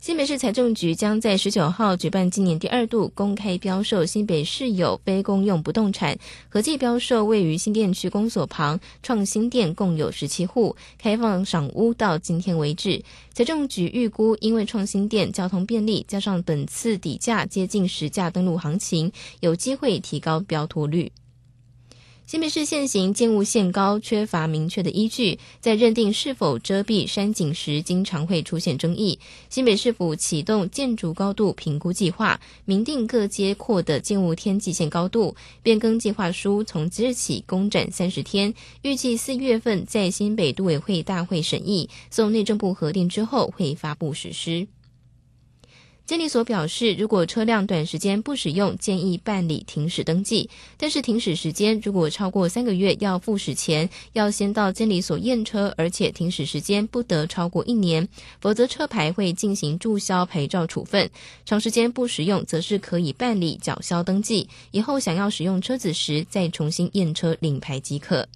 新北市财政局将在十九号举办今年第二度公开标售新北市有非公用不动产，合计标售位于新店区公所旁创新店共有十七户，开放赏屋到今天为止。财政局预估，因为创新店交通便利，加上本次底价接近实价登录行情，有机会提高标图率。新北市现行建物限高缺乏明确的依据，在认定是否遮蔽山景时，经常会出现争议。新北市府启动建筑高度评估计划，明定各街廓的建物天际线高度，变更计划书从即日起公展三十天，预计四月份在新北都委会大会审议，送内政部核定之后会发布实施。监理所表示，如果车辆短时间不使用，建议办理停驶登记。但是停驶时间如果超过三个月，要复驶前要先到监理所验车，而且停驶时间不得超过一年，否则车牌会进行注销牌照处分。长时间不使用，则是可以办理缴销登记，以后想要使用车子时再重新验车领牌即可。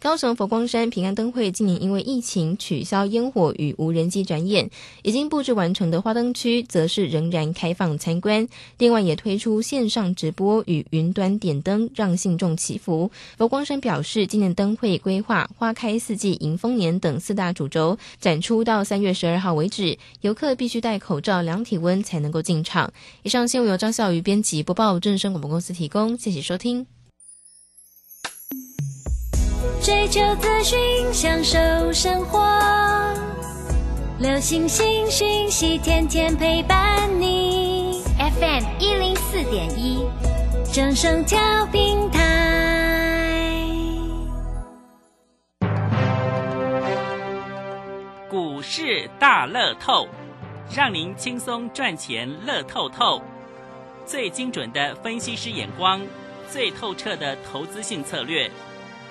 高雄佛光山平安灯会今年因为疫情取消烟火与无人机展演，已经布置完成的花灯区则是仍然开放参观。另外也推出线上直播与云端点灯，让信众祈福。佛光山表示，今年灯会规划花开四季迎丰年等四大主轴展出到三月十二号为止，游客必须戴口罩量体温才能够进场。以上新闻由张笑瑜编辑播报，正声广播公司提供，谢谢收听。追求资讯，享受生活。流星星讯息，天天陪伴你。FM 一零四点一，正声调频台。股市大乐透，让您轻松赚钱乐透透。最精准的分析师眼光，最透彻的投资性策略。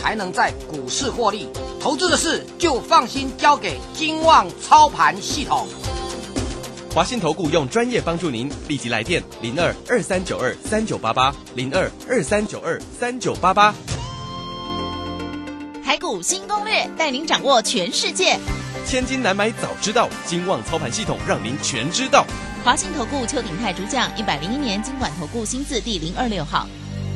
才能在股市获利。投资的事就放心交给金旺操盘系统。华信投顾用专业帮助您，立即来电零二二三九二三九八八零二二三九二三九八八。台股新攻略，带您掌握全世界。千金难买早知道，金旺操盘系统让您全知道。华信投顾邱鼎泰主讲，一百零一年经管投顾新字第零二六号。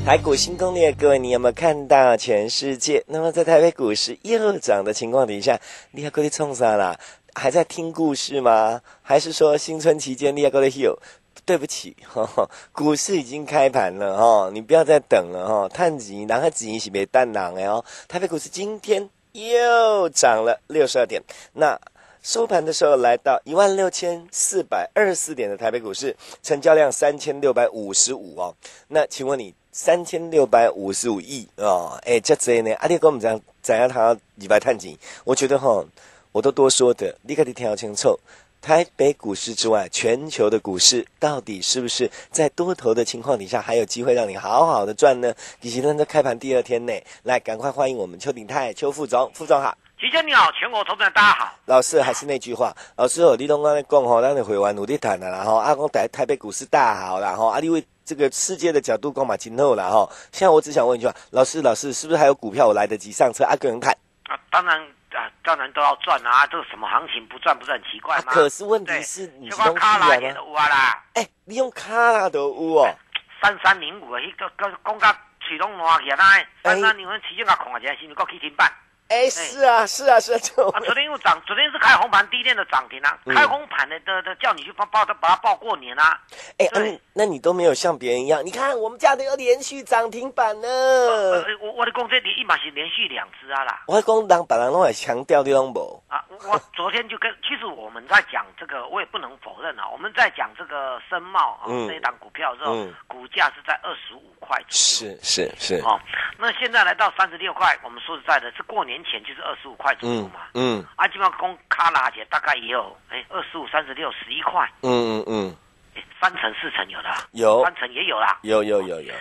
台股新攻略，各位你有没有看到全世界？那么在台北股市又涨的情况底下，你还过去冲啥啦？还在听故事吗？还是说新春期间你还过去 h 对不起， 哈、哈，股市已经开盘了哈、哦，你不要再等了哈、哦，探底，然后底是没蛋囊的哦。台北股市今天又涨了六十二点，那。收盘的时候来到一万六千四百二十四点的台北股市，成交量三千六百五十五哦。那请问你三千六百五十五亿哦，哎，这这呢？阿弟跟我们讲，怎样他礼拜探底？我觉得哈，我都多说的，你可得听清楚。台北股市之外，全球的股市到底是不是在多头的情况底下还有机会让你好好的赚呢？以及呢，在开盘第二天内，来赶快欢迎我们邱鼎泰邱副总，副总好。齐姐你好，全国投资人大家好。老师还是那句话，老师哦，你拢安尼讲吼，咱就会玩努力谈的啦吼。啊，讲台台北股市大好啦吼，啊，因为这个世界的角度讲嘛，今后啦吼。现在我只想问一句话，老师，老师是不是还有股票我来得及上车啊？个人看啊，当然啊，当然都要赚啊，这个什么行情不赚不是很奇怪吗？啊可是问题是你就讲东西卡啊拉也都有啊啦，哎，你用卡拉都有哦，三三 零五的迄个个讲到嘴拢烂起来，三三零五市场甲看一下，是毋是搁起停板？哎，是啊，是啊，是啊，就啊，昨天又涨，昨天是开红盘第一天的涨停啊，嗯开红盘的的的叫你去报报它，把它报过年啊，哎、啊你那你都没有像别人一样，你看我们家的要连续涨停板呢。呃我我的工资你一码是连续两只啊啦。我讲人别人拢会强调你拢无，啊，我 我昨天就跟，其实我们在讲这个，我也不能否认啊。我们在讲这个深茂啊、嗯这一档股票的时候，嗯股价是在二十五块左右。是是是，哦，那现在来到三十六块，我们说实在的，是过年前就是二十五块左右嗯嘛。嗯啊，基本上公卡拉姐大概也有哎二十五、三十六、十一块，嗯嗯嗯，哎三成四成有的啊，有三成也有啦。有有有有，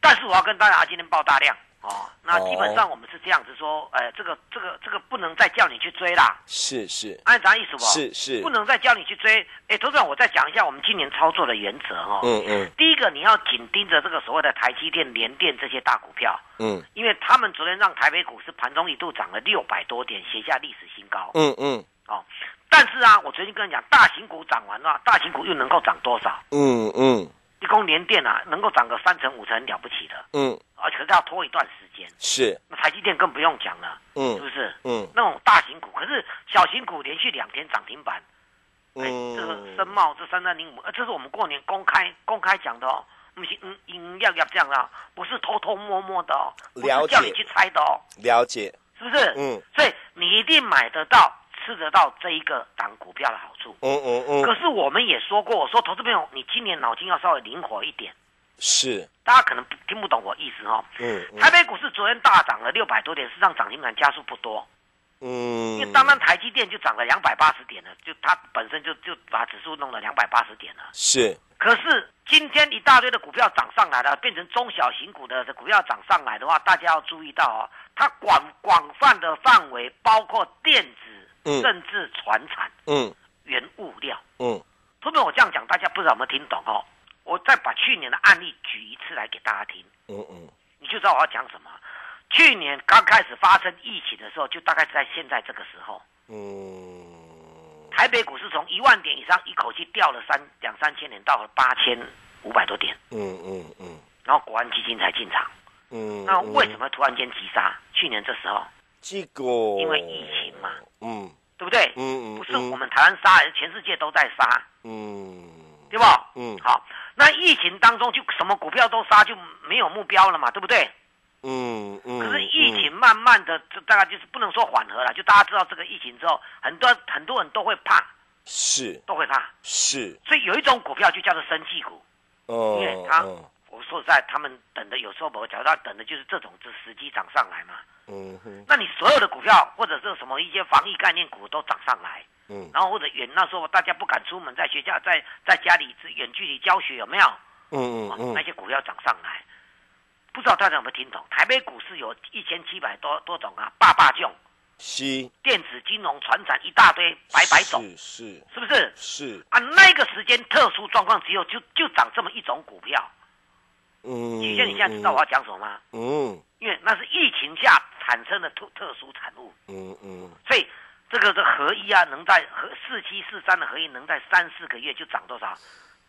但是我要跟大家今天爆大量哦。那哦基本上我们是这样子说，哎、这个这个这个不能再叫你去追啦，是是按啥意思不？是是不，能再叫你去追。哎，投资长，我再讲一下我们今年操作的原则哦。嗯嗯第一个，你要紧盯着这个所谓的台积电、联电这些大股票，嗯因为他们昨天让台北股市盘中一度涨了六百多点，写下历史新高。嗯嗯哦，但是啊，我昨天跟你讲，大型股涨完了，大型股又能够涨多少？嗯嗯一供联电啊，能够涨个三成五成，了不起的，嗯，而且要拖一段时间。是，那台积电更不用讲了，是不嗯是？嗯那种大型股，可是小型股连续两天涨停板，哎，这个嗯，深茂这三三零五，呃这是我们过年公开公开讲的哦，不是嗯嗯要要这样啊，不是偷偷摸摸的哦，不了是解叫你去猜的哦，了解，是不是？嗯，所以你一定买得到、吃得到这一个档股票的好处。嗯嗯可嗯，是我们也说过，我说投资朋友，你今年脑筋要稍微灵活一点。是，大家可能不听不懂我意思哦。嗯嗯台北股市昨天大涨了六百多点，事实上涨停板家数不多，因为嗯，单单台积电就涨了两百八十点了，就它本身就就把指数弄了两百八十点了。是，可是今天一大堆的股票涨上来了，变成中小型股的股票涨上来的话，大家要注意到哦，它广广泛的范围包括电子，嗯甚至船产、嗯原物料。嗯通常我这样讲，大家不知道有没有听懂哦？我再把去年的案例举一次来给大家听，嗯嗯，你就知道我要讲什么。去年刚开始发生疫情的时候，就大概是在现在这个时候，嗯，台北股市从一万点以上一口气掉了三两三千点，到了八千五百多点，嗯嗯嗯然后国安基金才进场。嗯，那啊为什么突然间急杀？去年这时候，这个？因为疫情嘛，嗯对不对？嗯嗯，不是我们台湾杀人，全世界都在杀，嗯，对吧？嗯好，那疫情当中就什么股票都杀，就没有目标了嘛，对不对？嗯嗯，可是疫情慢慢的，这大概就是不能说缓和了，就大家知道这个疫情之后，很多很多人都会怕，是都会怕，是所以有一种股票就叫做生技股，哦，因为它，我说实在，他们等的有时候我讲到等的就是这种这时机涨上来嘛。嗯哼那你所有的股票或者是什么一些防疫概念股都涨上来，嗯然后或者远那时候大家不敢出门，在学校在在家里是远距离教学有没有？哦嗯嗯那嗯，些股票涨上来，不知道大家有没有听懂？台北股市有一千七百多多种啊，霸霸囧、是电子、金融、船产一大堆，百百种，嗯是是不是？是啊，那个时间特殊状况只有就就涨这么一种股票。嗯，许仙，你现在知道我要讲什么吗？嗯因为那是疫情下产生的特特殊产物。嗯嗯所以这个这合一啊，能在合四七四三的合一能在三四个月就涨多少？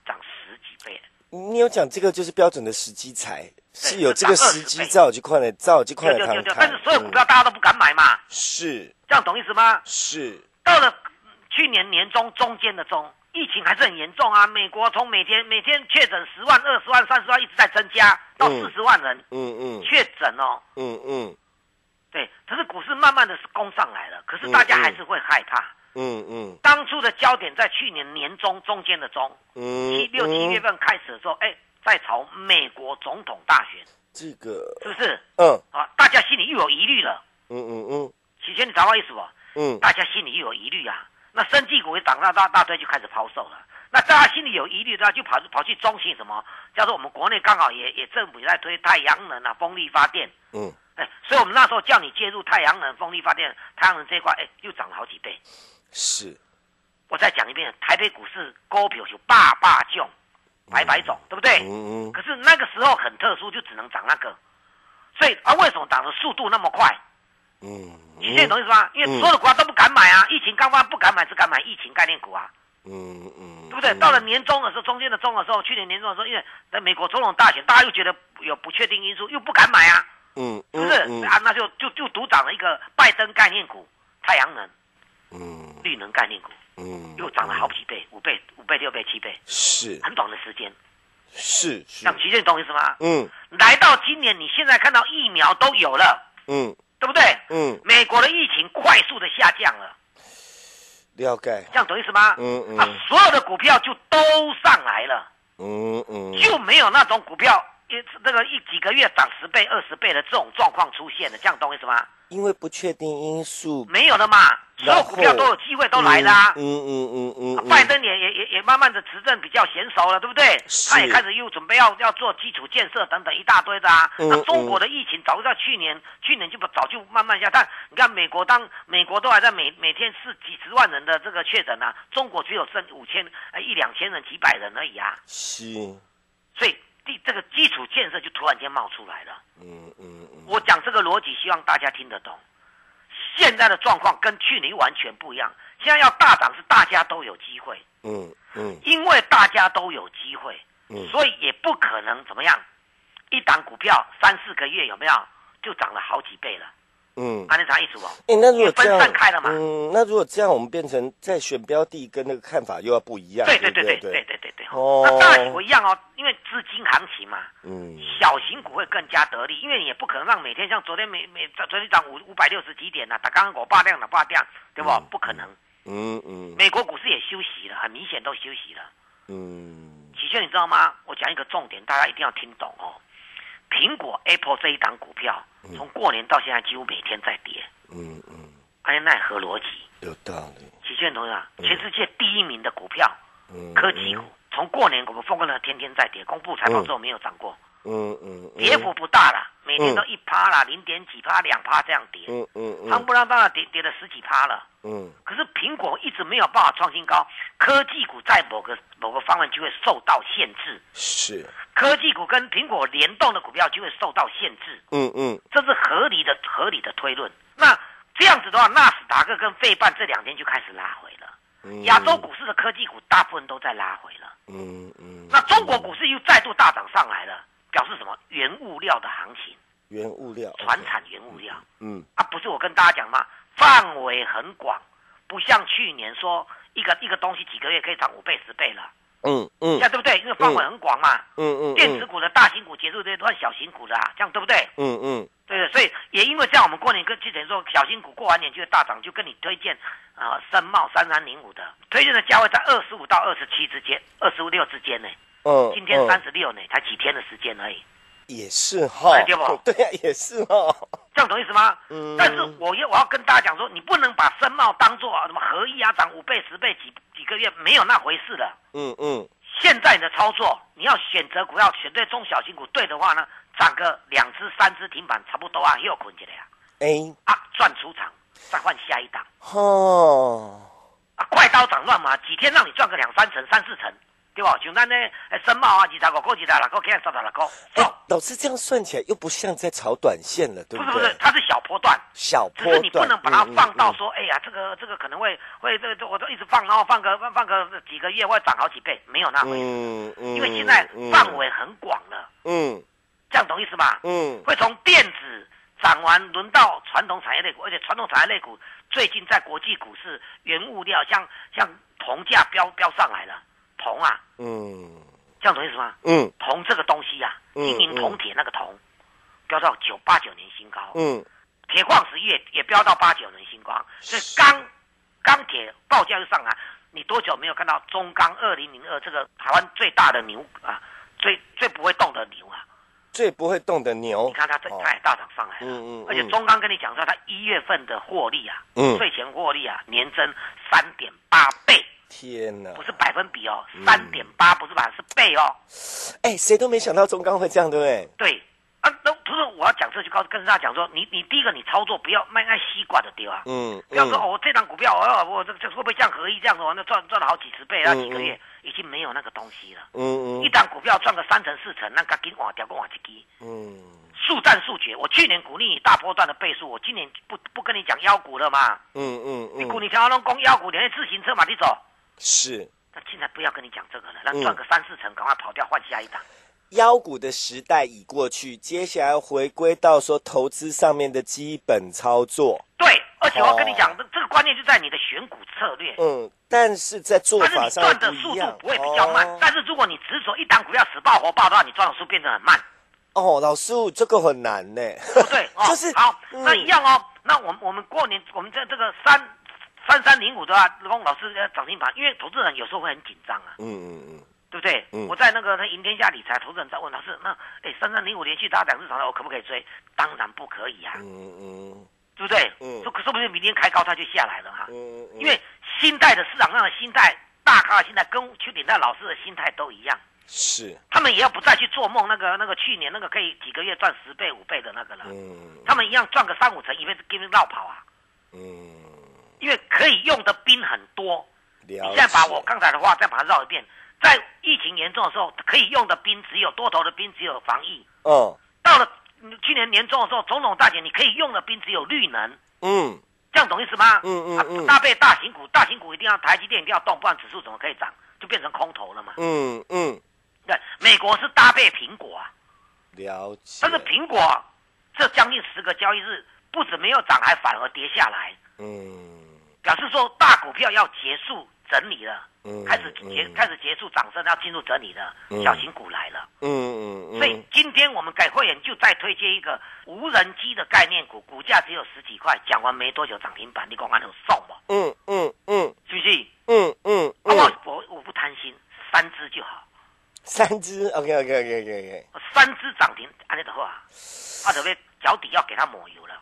涨十几倍。嗯，你有讲这个就是标准的时机财，是有这个时机照去看的，照去看对的对对看对，看，但是所有股票大家都不敢买嘛，是这样懂意思吗？是到了嗯去年年中中间的中，疫情还是很严重啊，美国从每天每天确诊十万、二十万、三十万一直在增加，到嗯四十万人嗯嗯确诊哦。嗯嗯对，可是股市慢慢的攻上来了，可是大家还是会害怕。嗯嗯当初的焦点在去年年中中间的中，嗯，七六七月份开始的时候，哎，在朝美国总统大选，这个，是不是嗯啊？大家心里又有疑虑了。嗯嗯起先你找到意思不？嗯嗯大家心里又有疑虑啊。那生技股一涨，那大大堆就开始抛售了。那大家心里有疑虑的话，就跑跑去中信什么，叫做我们国内刚好也也政府也在推太阳能啊、风力发电，嗯，哎，所以我们那时候叫你介入太阳能、风力发电、太阳能这一块，哎，又涨了好几倍。是我再讲一遍，台北股市股票有霸霸囧，百百种，对不对？嗯嗯可是那个时候很特殊，就只能涨那个，所以啊，为什么涨的速度那么快？嗯你现在懂意思吗？因为所有的股票都不敢买啊，疫情刚发不敢买，只敢买疫情概念股啊，嗯嗯，对不对？到了年终的时候，中间的中的时候，去年年终的时候，因为在美国总统大选，大家又觉得有不确定因素，又不敢买啊，嗯是不是？嗯啊，那就就就独涨了一个拜登概念股、太阳能、嗯绿能概念股，嗯，又涨了好几倍，五倍、五倍、六倍、七倍，是很短的时间。是是像，其实你懂我意思吗？嗯来到今年，你现在看到疫苗都有了，嗯对不对？嗯，美国的疫情快速的下降了，了解，这样懂意思吗？嗯嗯啊，所有的股票就都上来了，嗯嗯，就没有那种股票一那个一几个月涨十倍、二十倍的这种状况出现了，这样懂意思吗？因为不确定因素，没有了嘛，嗯所有股票都有机会都来了、啊。嗯嗯嗯嗯啊嗯，拜登也也也也慢慢的执政比较娴熟了，对不对？是他也开始又准备要要做基础建设等等一大堆的啊。嗯那中国的疫情早就在去年，去年就不早就慢慢下，但你看美国当美国都还在每每天是几十万人的这个确诊啊，中国只有剩五千呃一两千人几百人而已啊，是，所以第这个基础建设就突然间冒出来了。嗯嗯嗯，我讲这个逻辑，希望大家听得懂。现在的状况跟去年完全不一样，现在要大涨是大家都有机会。嗯嗯因为大家都有机会，嗯所以也不可能怎么样，一档股票三四个月有没有就涨了好几倍了？嗯。安利啥意思哦？哎、那如果也分这样，散开了嘛嗯，那如果这样，我们变成在选标的跟那个看法又要不一样，对对对对不对对对对。哦那大型股一样哦，因为资金行情嘛，嗯小型股会更加得利，因为你也不可能让每天像昨天每每昨天涨五五百六十几点呐、啊，打刚刚我爆量了爆量，对不？不可能。嗯嗯美国股市也休息了，很明显都休息了。嗯齐轩，你知道吗？我讲一个重点，大家一定要听懂哦。苹果 Apple 这一档股票，从过年到现在几乎每天在跌，哎嗯嗯，而且奈何逻辑？有道理，齐轩同学啊，全世界第一名的股票嗯，科技股，从过年我们疯狂的天天在跌，公布财报之后没有涨过，嗯嗯，嗯跌幅，不大啦，每天都一趴啦，零点几趴、两趴这样跌，嗯嗯夯嗯不啷当的跌跌了十几趴了。嗯可是苹果一直没有办法创新高，科技股在某个某个方面就会受到限制。是，科技股跟苹果联动的股票就会受到限制，嗯嗯这是合理的合理的推论。那这样子的话，纳斯达克跟费半这两天就开始拉回了，嗯，亚洲股市的科技股大部分都在拉回了，嗯，嗯嗯，那中国股市又再度大涨上来了，表示什么？原物料的行情，原物料，船产原物料嗯啊，不是我跟大家讲吗？范围很广，不像去年说一个一个东西几个月可以涨五倍十倍了，嗯嗯这样对不对？因为范围很广嘛。嗯嗯，电子，股的大型股结束这些都是小型股的、啊，这样对不对？嗯嗯对，所以也因为这样，我们过年跟之前说小新股过完年就会大涨，就跟你推荐啊、呃深茂三三零五的，推荐的价位在二十五到二十七之间，二十五六之间呢。嗯，今天三十六呢，才几天的时间而已，也是哈，对呀，也是哈，这样懂意思吗？嗯但是我要我要跟大家讲说，你不能把深茂当做啊什么合一啊涨五倍十倍几几个月没有那回事的。嗯嗯现在你的操作，你要选择股票，选对中小型股，对的话呢，涨个两只三只停板差不多啊，又捆起来啊，哎，啊赚出场，再换下一档。哈，啊，快刀斩乱麻，几天让你赚个两三成、三四成，对吧？像咱呢，呃申茂啊，二十五块、二十六块，今天三十六块，走，老师这样算起来又不像在炒短线了，对不是不对？是，它是小波段，小只波段，嗯是你不能把它放到说，哎呀，这个这个可能会会这这我都一直放，然后放个放放个几个月会涨好几倍，没有那回事，嗯嗯，因为现在范围很广了，嗯这样懂意思吧？嗯会从电子涨完，轮到传统产业类股，而且传统产业类股最近在国际股市原物料像像铜价飙飙上来了，铜啊，嗯这样懂意思吗？嗯铜这个东西呀、啊，嗯金银铜铁那个铜，飙到九八九年新高，嗯铁矿石也也飙到八九年新高，所以钢钢铁报价又上来。你多久没有看到中钢二零零二这个台湾最大的牛啊，最最不会动的牛啊？最不会动的牛，你看它这它也大涨上来了，啊哦嗯嗯嗯而且中钢跟你讲说，它一月份的获利啊，嗯税前获利啊，年增三点八倍，天哪不！是百分比哦，嗯三点八不是百分是倍哦。哎，谁都没想到中钢会这样，对不对？对，啊，那不是我要讲这就告跟大家讲说，你你第一个你操作不要卖卖西瓜的丢啊，嗯，不要说哦，我这档股票，哦，我这这会不会像合一这样子，哦我那赚赚了好几十倍啊，嗯几个月已经没有那个东西了。嗯一嗯档股票赚个三成四成，那赶紧换掉，跟换一支，嗯速战速决。我去年鼓励你大波段的倍数，我今年不不跟你讲妖股了嘛？嗯嗯你鼓嗯，你条龙公妖股，连自行车嘛，你走。是。那现在不要跟你讲这个了，那嗯赚个三四成，赶快跑掉换下一档。妖股的时代已过去，接下来回归到说投资上面的基本操作。对，而且我跟你讲，哦这个关键就在你的选股策略。嗯，但是在做但是法你上赚的不速一度样。哦不会比较慢，但是如果你执着一档股票死抱活抱的话，你赚的速变得很慢。哦，老师，这个很难呢。对，哦、 就是好，嗯那一样哦。那我们我们过年我们这这个三三三零五的话，龚老师要涨停板，因为投资人有时候会很紧张啊，嗯嗯嗯，对不对？嗯我在那个那赢天下理财，投资人在问老师，那哎三三零五连续打两次涨了，我可不可以追？当然不可以啊，嗯嗯对不对？嗯说说不定明天开高它就下来了哈、嗯嗯，因为新代的市场上的心态，大咖的心态跟去领带老师的心态都一样。是，他们也要不再去做梦那个那个去年那个可以几个月赚十倍五倍的那个了，嗯他们一样赚个三五成，一辈子跟人绕跑啊，嗯，因为可以用的兵很多。你了现在把解我刚才的话再把它绕一遍，在疫情严重的时候，可以用的兵只有多头的兵只有防疫，嗯到了嗯去年年中的时候，总统大选你可以用的兵只有绿能，嗯这样懂意思吗？嗯嗯啊嗯搭配大型股，大型股一定要台积电一定要动，不然指数怎么可以涨？就变成空头了嘛。嗯嗯，对，美国是搭配苹果啊。了解。但是苹果这将近十个交易日不止没有涨，还反而跌下来，嗯表示说大股票要结束整理了，嗯，开始结嗯开始结束涨升，要进入整理了，嗯小型股来了。嗯嗯所以嗯，今天我们给会员就再推荐一个无人机的概念股，股价只有十几块，讲完没多久涨停板，你讲安有送吗？嗯嗯嗯是不是？嗯嗯啊嗯，我我我不贪心，三只就好，三只，OK OK OK OK OK，三只涨停，安尼的话，他准备脚底啊要给它抹油了，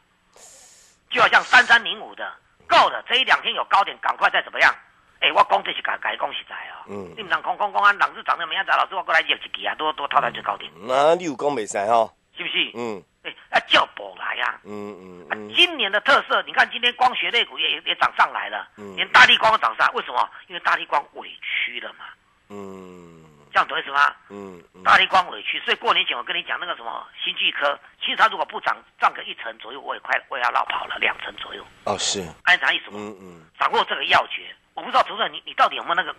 就好像三三零五的够了，这一两天有高点，赶快再怎么样？哎、我讲这是改改讲实在啊、嗯你们人空空讲啊，人是涨得明仔老师我过来入一支啊，多多套在最高点，那你有讲没使哈？是不是？嗯哎、啊叫补来啊！嗯嗯啊嗯，今年的特色，你看今天光学类股也也也涨上来了，嗯连大力光都涨上来，为什么？因为大力光委屈了嘛，嗯这样懂意思吗？嗯嗯，大力光委屈，所以过年前我跟你讲那个什么新巨科，其实它如果不涨涨个一成左右，我也快我也要绕跑了两成左右，哦是，按啥意思吗？嗯嗯掌握这个要诀，我不知道主任你你到底有没有那个，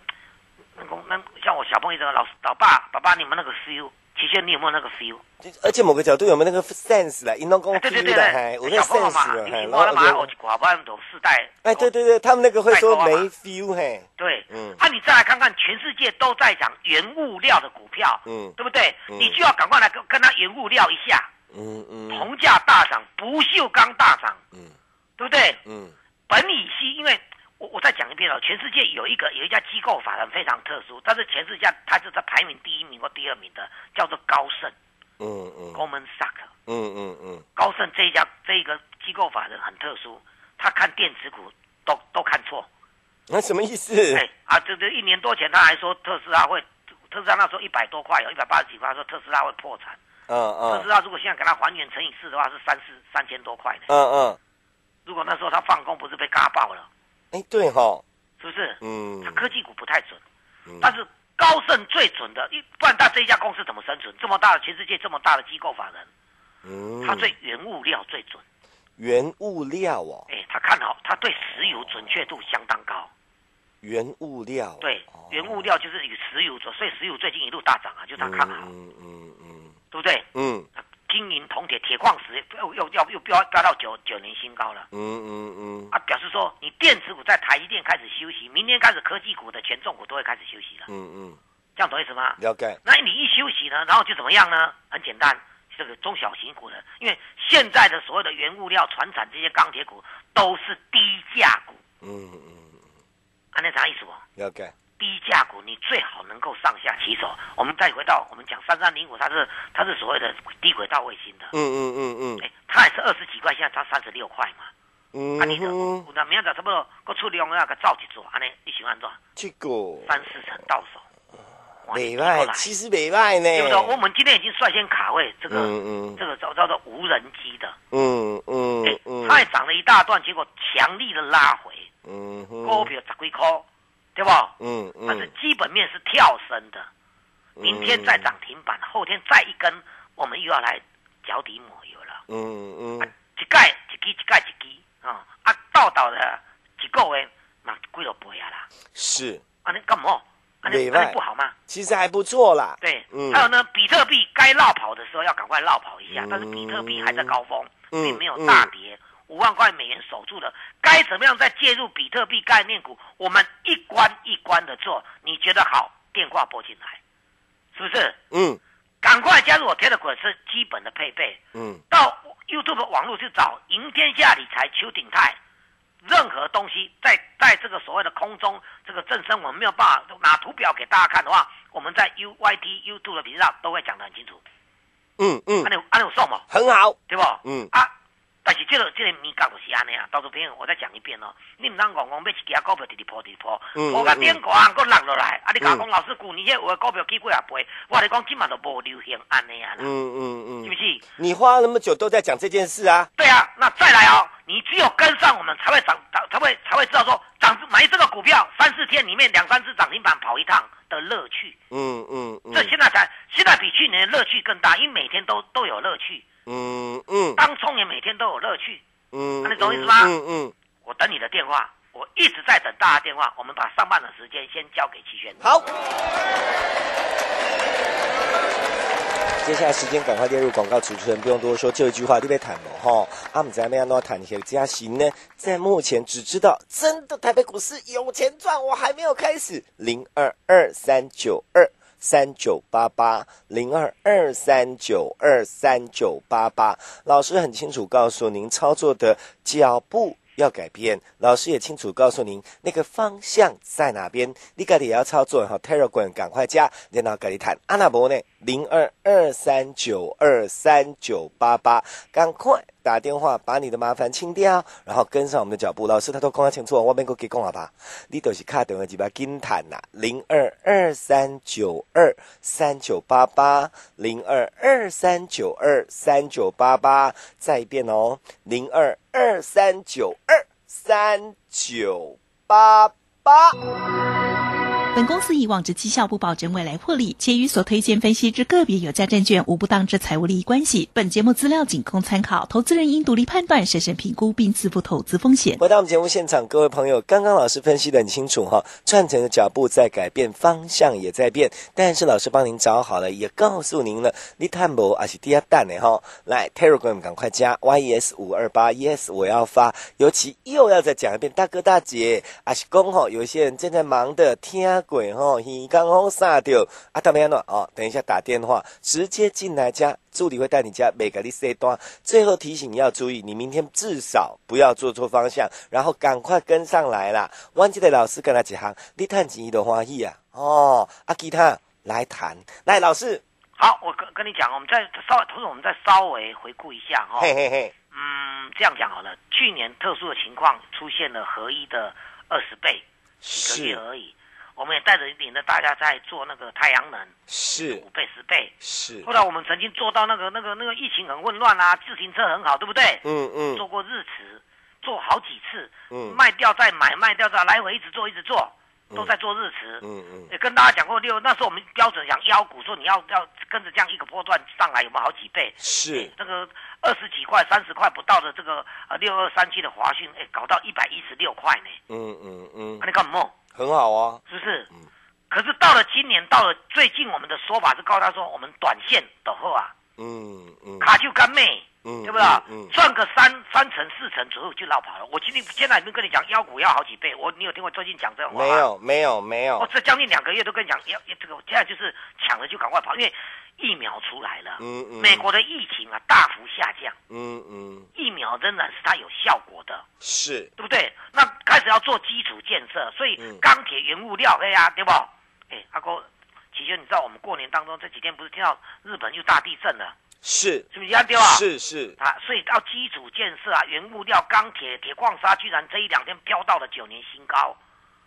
那个那像我小朋友这个老师老爸爸爸，你们那个 feel，其实你有没有那个 feel？嗯，而且某个角度有没有那个 sense 啦？应当讲哎对对对啦，我对，在小朋友 sense 嘛，了，你嘿你摸了嘛，我我就寡不然懂世代。哎对对对，他们那个会说没 feel 嘿，对，嗯啊，你再来看看，全世界都在讲原物料的股票，嗯对不对？嗯你就要赶快来跟跟他原物料一下，嗯嗯铜价大涨，不锈钢大涨，嗯对不对？嗯本乙烯，因为我我再讲一遍哦，全世界有一个有一家机构法人非常特殊，但是全世界它是在排名第一名或第二名的，叫做高盛嗯嗯 （Goldman Sachs）。嗯嗯嗯，高盛这一家这一个机构法人很特殊，他看电子股都都看错。那什么意思？哎啊，这这一年多前他还说特斯拉会，特斯拉那时候一百多块，有一百八十几块，他说特斯拉会破产。嗯特斯嗯拉如果现在给它还原乘以四的话，是三四三千多块呢。嗯嗯，如果那时候他放空，不是被嘎爆了，哎对哈，是不是？嗯它科技股不太准。嗯但是高盛最准的，一不然他这一家公司怎么生存？这么大的全世界这么大的机构法人，嗯，他对原物料最准，原物料哦，哎，他看好，他对石油准确度相当高。原物料，对，哦原物料就是与石油准，所以石油最近一路大涨啊，就他看好，嗯嗯嗯对不对？嗯金银、铜铁、铁矿石又又要又飙飙到九九年新高了嗯嗯嗯啊！表示说你电子股在台积电开始休息，明天开始科技股的权重股都会开始休息了，嗯嗯，这样懂意思吗？了解，那你一休息呢，然后就怎么样呢？很简单，这个中小型股的，因为现在的所有的原物料、船产这些钢铁股都是低价股，嗯嗯啊，那啥意思不？了解，低价股你最好能够上下其手。我们再回到我们讲三三零五，它是它是所谓的低轨道卫星的，嗯嗯嗯哎，它也是二十几块，现在它三十六块嘛。嗯啊，你的嗯，有那明仔差不多，搁出量啊，搁造一做，安尼你想安怎？这个三四成到手，哇美你过外来其实美外呢，对不对？我们今天已经率先卡位这个、嗯嗯这个叫叫做无人机的，嗯嗯哎、嗯，它也涨了一大段，结果强力的拉回，嗯股票十几块，对不？嗯但是嗯，基本面是跳升的，明天再涨停板，后天再一根，我们又要来脚底抹油了。嗯啊嗯，一届一支一届一支啊，啊，到到了一个月嘛几落倍啊啦，是，安尼干么？那就那就不好吗？其实还不错啦。对，嗯还有呢，比特币该落跑的时候要赶快落跑一下，但是比特币还在高峰，嗯并没有大跌，五万块美元守住了。该怎么样再介入比特币概念股？我们一关一关的做，你觉得好，电话拨进来，是不是？嗯赶快加入我 Telegram 是基本的配备，嗯，到 YouTube 网络去找“赢天下理财邱鼎泰”，任何东西在在这个所谓的空中这个正声，我们没有办法拿图表给大家看的话，我们在 UYT YouTube 的频道都会讲得很清楚。啊嗯嗯按，钮按钮送嘛，很好。对不？嗯啊，但是这个这个米港就是安尼啊，到处朋友我再讲一遍哦，你唔通戆戆买一支股票直直破直破，嗯破到嗯顶个人佫落落来，啊你甲我嗯讲老师旧年迄有的股票起几啊倍，我你讲今嘛都无流行安尼啊啦，嗯嗯是嗯不，是？你花了那么久都在讲这件事啊。对啊，那再来哦，你只有跟上我们才会涨，才才会才会知道说涨买这个股票三四天里面两三只涨停板跑一趟的乐趣。嗯嗯嗯这现在才现在比去年乐趣更大，因为每天都都有乐趣，嗯嗯当冲也每天都有乐趣。嗯，那你懂意思吗嗯嗯，我等你的电话，我一直在等大家电话。我们把上半的时间先交给齐轩。好。接下来时间赶快列入广告，主持人不用多说，就一句话就被谈了哈。啊阿姆在那诺谈些加息呢，在目前只知道真的台北股市有钱赚，我还没有开始。零二二三九二三九八八零二二三九二三九八八，老师很清楚告诉您操作的脚步。要改变，老师也清楚告诉您那个方向在哪边，你家己也要操作好 t e r r a g r a m 赶快加，然后跟你谈。阿纳伯呢，零二二三九二三九八八，赶快打电话把你的麻烦清掉，然后跟上我们的脚步。老师他都讲得清楚，我免够给讲好吧？你都是卡电话几把金谈呐，零二二三九二三九八八，零二二三九二三九八八，再一遍哦，零二二三九二三九八八。本公司以往之绩效不保证未来获利，且与所推荐分析之个别有价证券无不当之财务利益关系。本节目资料仅供参考，投资人应独立判断、审慎评估并自负投资风险。回到我们节目现场，各位朋友，刚刚老师分析的很清楚哈，赚钱的脚步在改变，方向也在变，但是老师帮您找好了，也告诉您了，你探博还是第二蛋的哈，来 Telegram 赶快加 YES 五二八 Yes 我要发，尤其又要再讲一遍，大哥大姐，还是公吼，有一些人正在忙的，听鬼吼，耳刚好傻掉，啊，他们要暖哦，等一下打电话，直接进来加。助理会带你加每个你 C 端。最后提醒你要注意，你明天至少不要做错方向，然后赶快跟上来啦。忘记的老师跟他一行，你探钱都欢喜啊！哦，啊，其他来谈，来老师，好，我跟跟你讲，我们再稍微，同时我们再稍微回顾一下哈、嘿嘿嘿，嗯，这样讲好了，去年特殊的情况出现了合一的二十倍，几个月是而已。我们也带着领着大家在做那个太阳能是五倍十倍。是后，来我们曾经做到那个那个那个疫情很混乱啊，自行车很好，对不对？嗯做嗯过日驰，做好几次，嗯卖掉再买，卖掉再来回一直做一直做，都在做日驰。嗯嗯也跟大家讲过六，那时候我们标准讲腰股，说你要要跟着这样一个波段上来，有没有好几倍？是，那个二十几块、三十块不到的这个呃六二三七的华讯，哎，搞到一百一十六块呢，嗯嗯嗯那，你干嘛？很好啊，是不是？可是到了今年，到了最近，我们的说法是告诉他说，我们短线的后啊，嗯嗯卡就干妹，嗯，对不对？嗯赚个三三成四成左右就绕跑了。我今天现在已经跟你讲，腰股要好几倍，我你有听我最近讲这种话吗没？有没有没我有，这将近两个月都跟你讲，要要这个现在就是抢了就赶快跑，因为疫苗出来了，嗯嗯，美，国的疫情啊大幅下降，嗯嗯疫苗仍然是它有效果的，是，对不对？那开始要做基础建设，所以嗯钢铁原物料，哎呀、对不？哎，阿哥，其实你知道我们过年当中这几天不是听到日本又大地震了，是是不是？啊对吧？是是，啊，所以到基础建设啊，原物料、钢铁、铁矿砂，居然这一两天飙到了九年新高。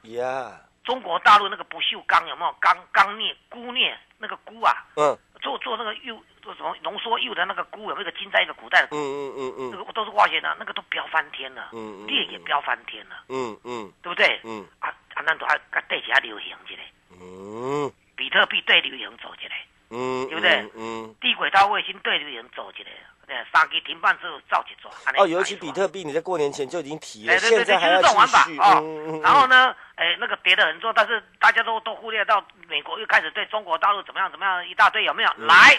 呀，中国大陆那个不锈钢有没有钢钢镍、钴镍那个钴啊？嗯做做那个铀做什么浓缩铀的那个钴，有没有一个金在一个古代的嗯古？嗯嗯那嗯个都是化学的，那个都飙翻天了，嗯嗯镍也飙翻天了，嗯嗯对不对？嗯啊啊，那都还还对起来流行起来，嗯。比特币对流行走起来，嗯，对不对嗯。嗯低轨道卫星对流行走起来，对，三 G 停办之后造几座。这样哦，尤其意思比吗特币，你在过年前就已经提了，哎，对对现对，在就还是要这种玩法继续。啊、嗯嗯嗯然后呢，哎，那个跌得很重，但是大家都都忽略到美国又开始对中国大陆怎么样怎么样一大堆，有没有？嗯来，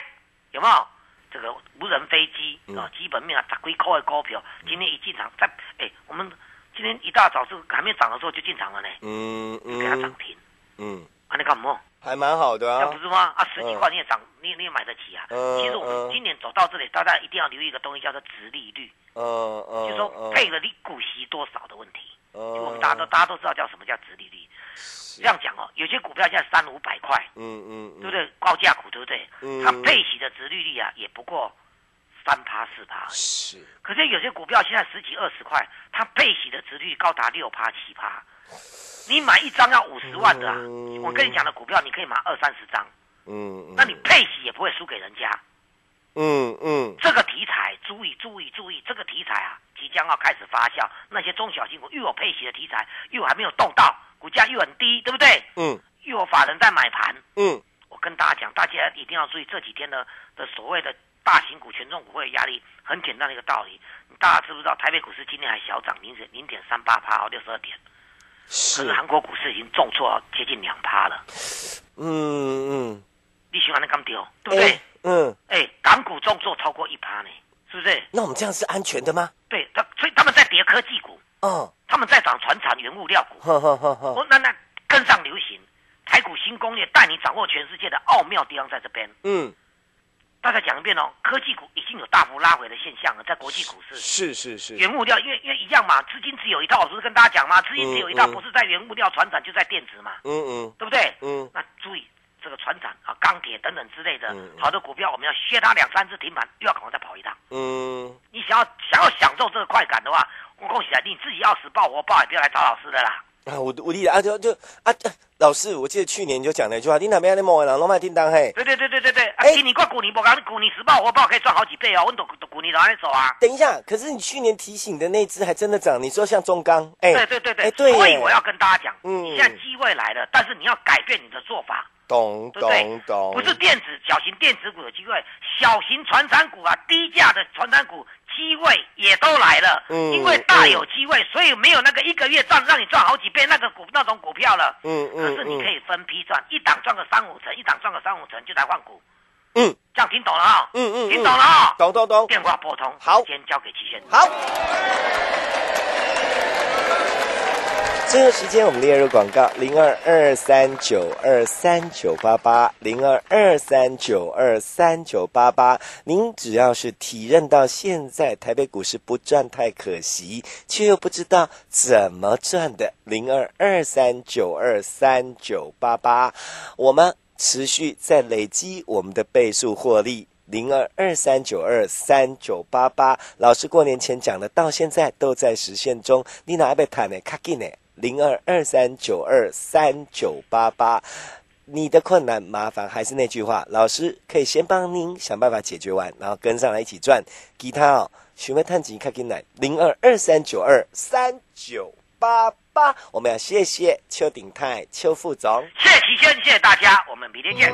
有没有？这个无人飞机嗯啊，基本面啊，十几块的股票，今天一进场，在哎，我们今天一大早是还没涨的时候就进场了呢，嗯给它涨嗯停，嗯，啊，你干嘛？还蛮好的那啊不。是吗？啊，十几块你也涨，你也你也买得起啊。嗯其实我嗯们今年走到这里，大家一定要留意一个东西，叫做殖利率，嗯嗯，就是说配了你股息多少的问题。就我我们大家都大家都知道叫什么叫殖利率。这样讲哦，有些股票现在三五百块，嗯嗯，对不对？高价股对不对？嗯它配息的殖利率啊，也不过三趴四趴而已。是可是有些股票现在十几二十块，它配息的值率高达六趴七趴，你买一张要五十万的、啊，嗯我跟你讲的股票你可以买二三十张，嗯嗯，那你配息也不会输给人家。嗯嗯这个题材注意注意注意，这个题材啊即将要开始发酵，那些中小型股又有配息的题材，又还没有动到，股价又很低，对不对？嗯又有法人在买盘，嗯我跟大家讲，大家一定要注意这几天的的所谓的大型股、权重股会有压力，很简单的一个道理。大家知不知道台北股市今天还小涨零点零点三八趴，哦六十二点，可是是韩国股市已经重挫接近两趴了。嗯嗯，你喜欢那干丢，对不对？嗯，哎、港股重挫超过一趴呢，是不是？那我们这样是安全的吗？对，他所以他们在跌科技股，哦，他们在涨船产、原物料股，哈哈哈哈，哦，那那跟上流行，台股新攻略带你掌握全世界的奥妙地方在这边。 嗯，大概讲一遍哦，科技股已经有大幅拉回的现象了，在国际股市。是是是，嗯原物料，因为因为一样嘛，资金只有一套，我不是跟大家讲嘛，资金只有一套，嗯嗯不是在原物料、船产就在电子嘛，嗯嗯对不对？嗯那注意这个船产啊、钢铁等等之类的嗯嗯好的股票，我们要削它两三次停盘，又要赶快再跑一趟。嗯，你想要想要享受这个快感的话，我恭喜啊，你自己要死抱活抱，也不要来找老师的啦。啊，我我理解啊，就就啊，老师，我记得去年你就讲了一句话，你哪边那么人拢卖叮当嘿，对对对对对对，啊哎，今年过股你不讲，你股你死抱活抱可以赚好几倍哦，我懂股你哪里走啊？等一下，可是你去年提醒的那只还真的涨，你说像中钢，哎、对对对对，哎对耶所以我要跟大家讲，嗯你现在机会来了，但是你要改变你的做法，懂对不对懂？懂，不是电子小型电子股有机会，小型传产股啊，低价的传产股机会也都来了，嗯因为大有机会，所以没有那个一个月赚让你赚好几倍那个股那种股票了。嗯可嗯是你可嗯以分批赚，一档赚个三五成，一档赚个三五成就来换股，嗯这样听懂了啊、嗯嗯嗯听懂了啊、懂懂懂，电话拨通，好时间交给齐先生。好。最后时间，我们列入广告：零二二三九二三九八八，零二二三九二三九八八。您只要是体认到现在台北股市不赚太可惜，却又不知道怎么赚的，零二二三九二三九八八，我们持续在累积我们的倍数获利。零二二三九二三九八八。老师过年前讲的，到现在都在实现中。你哪被谈呢？卡紧呢？零二二三九二三九八八。你的困难麻烦还是那句话，老师可以先帮您想办法解决完，然后跟上来一起赚。吉他哦，询问探吉卡进来零二二三九二三九八八。我们要谢谢邱鼎泰邱副总。谢谢齐先，谢谢大家，我们明天见。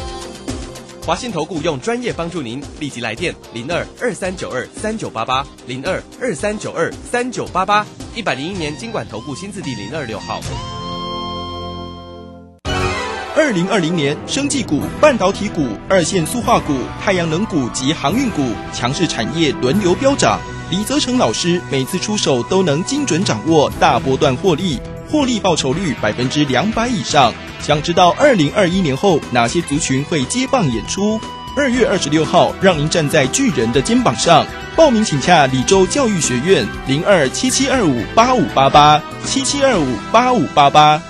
华信投顾用专业帮助您，立即来电零二二三九二三九八八零二二三九二三九八八，一百零一年经管投顾新字第零二六号。二零二零年，生技股、半导体股、二线塑化股、太阳能股及航运股强势产业轮流飙涨。李泽成老师每次出手都能精准掌握大波段获利，获利报酬率百分之两百以上。想知道二零二一年后哪些族群会接棒演出？二月二十六号，让您站在巨人的肩膀上。报名请洽李州教育学院零二七七二五八五八八七七二五八五八八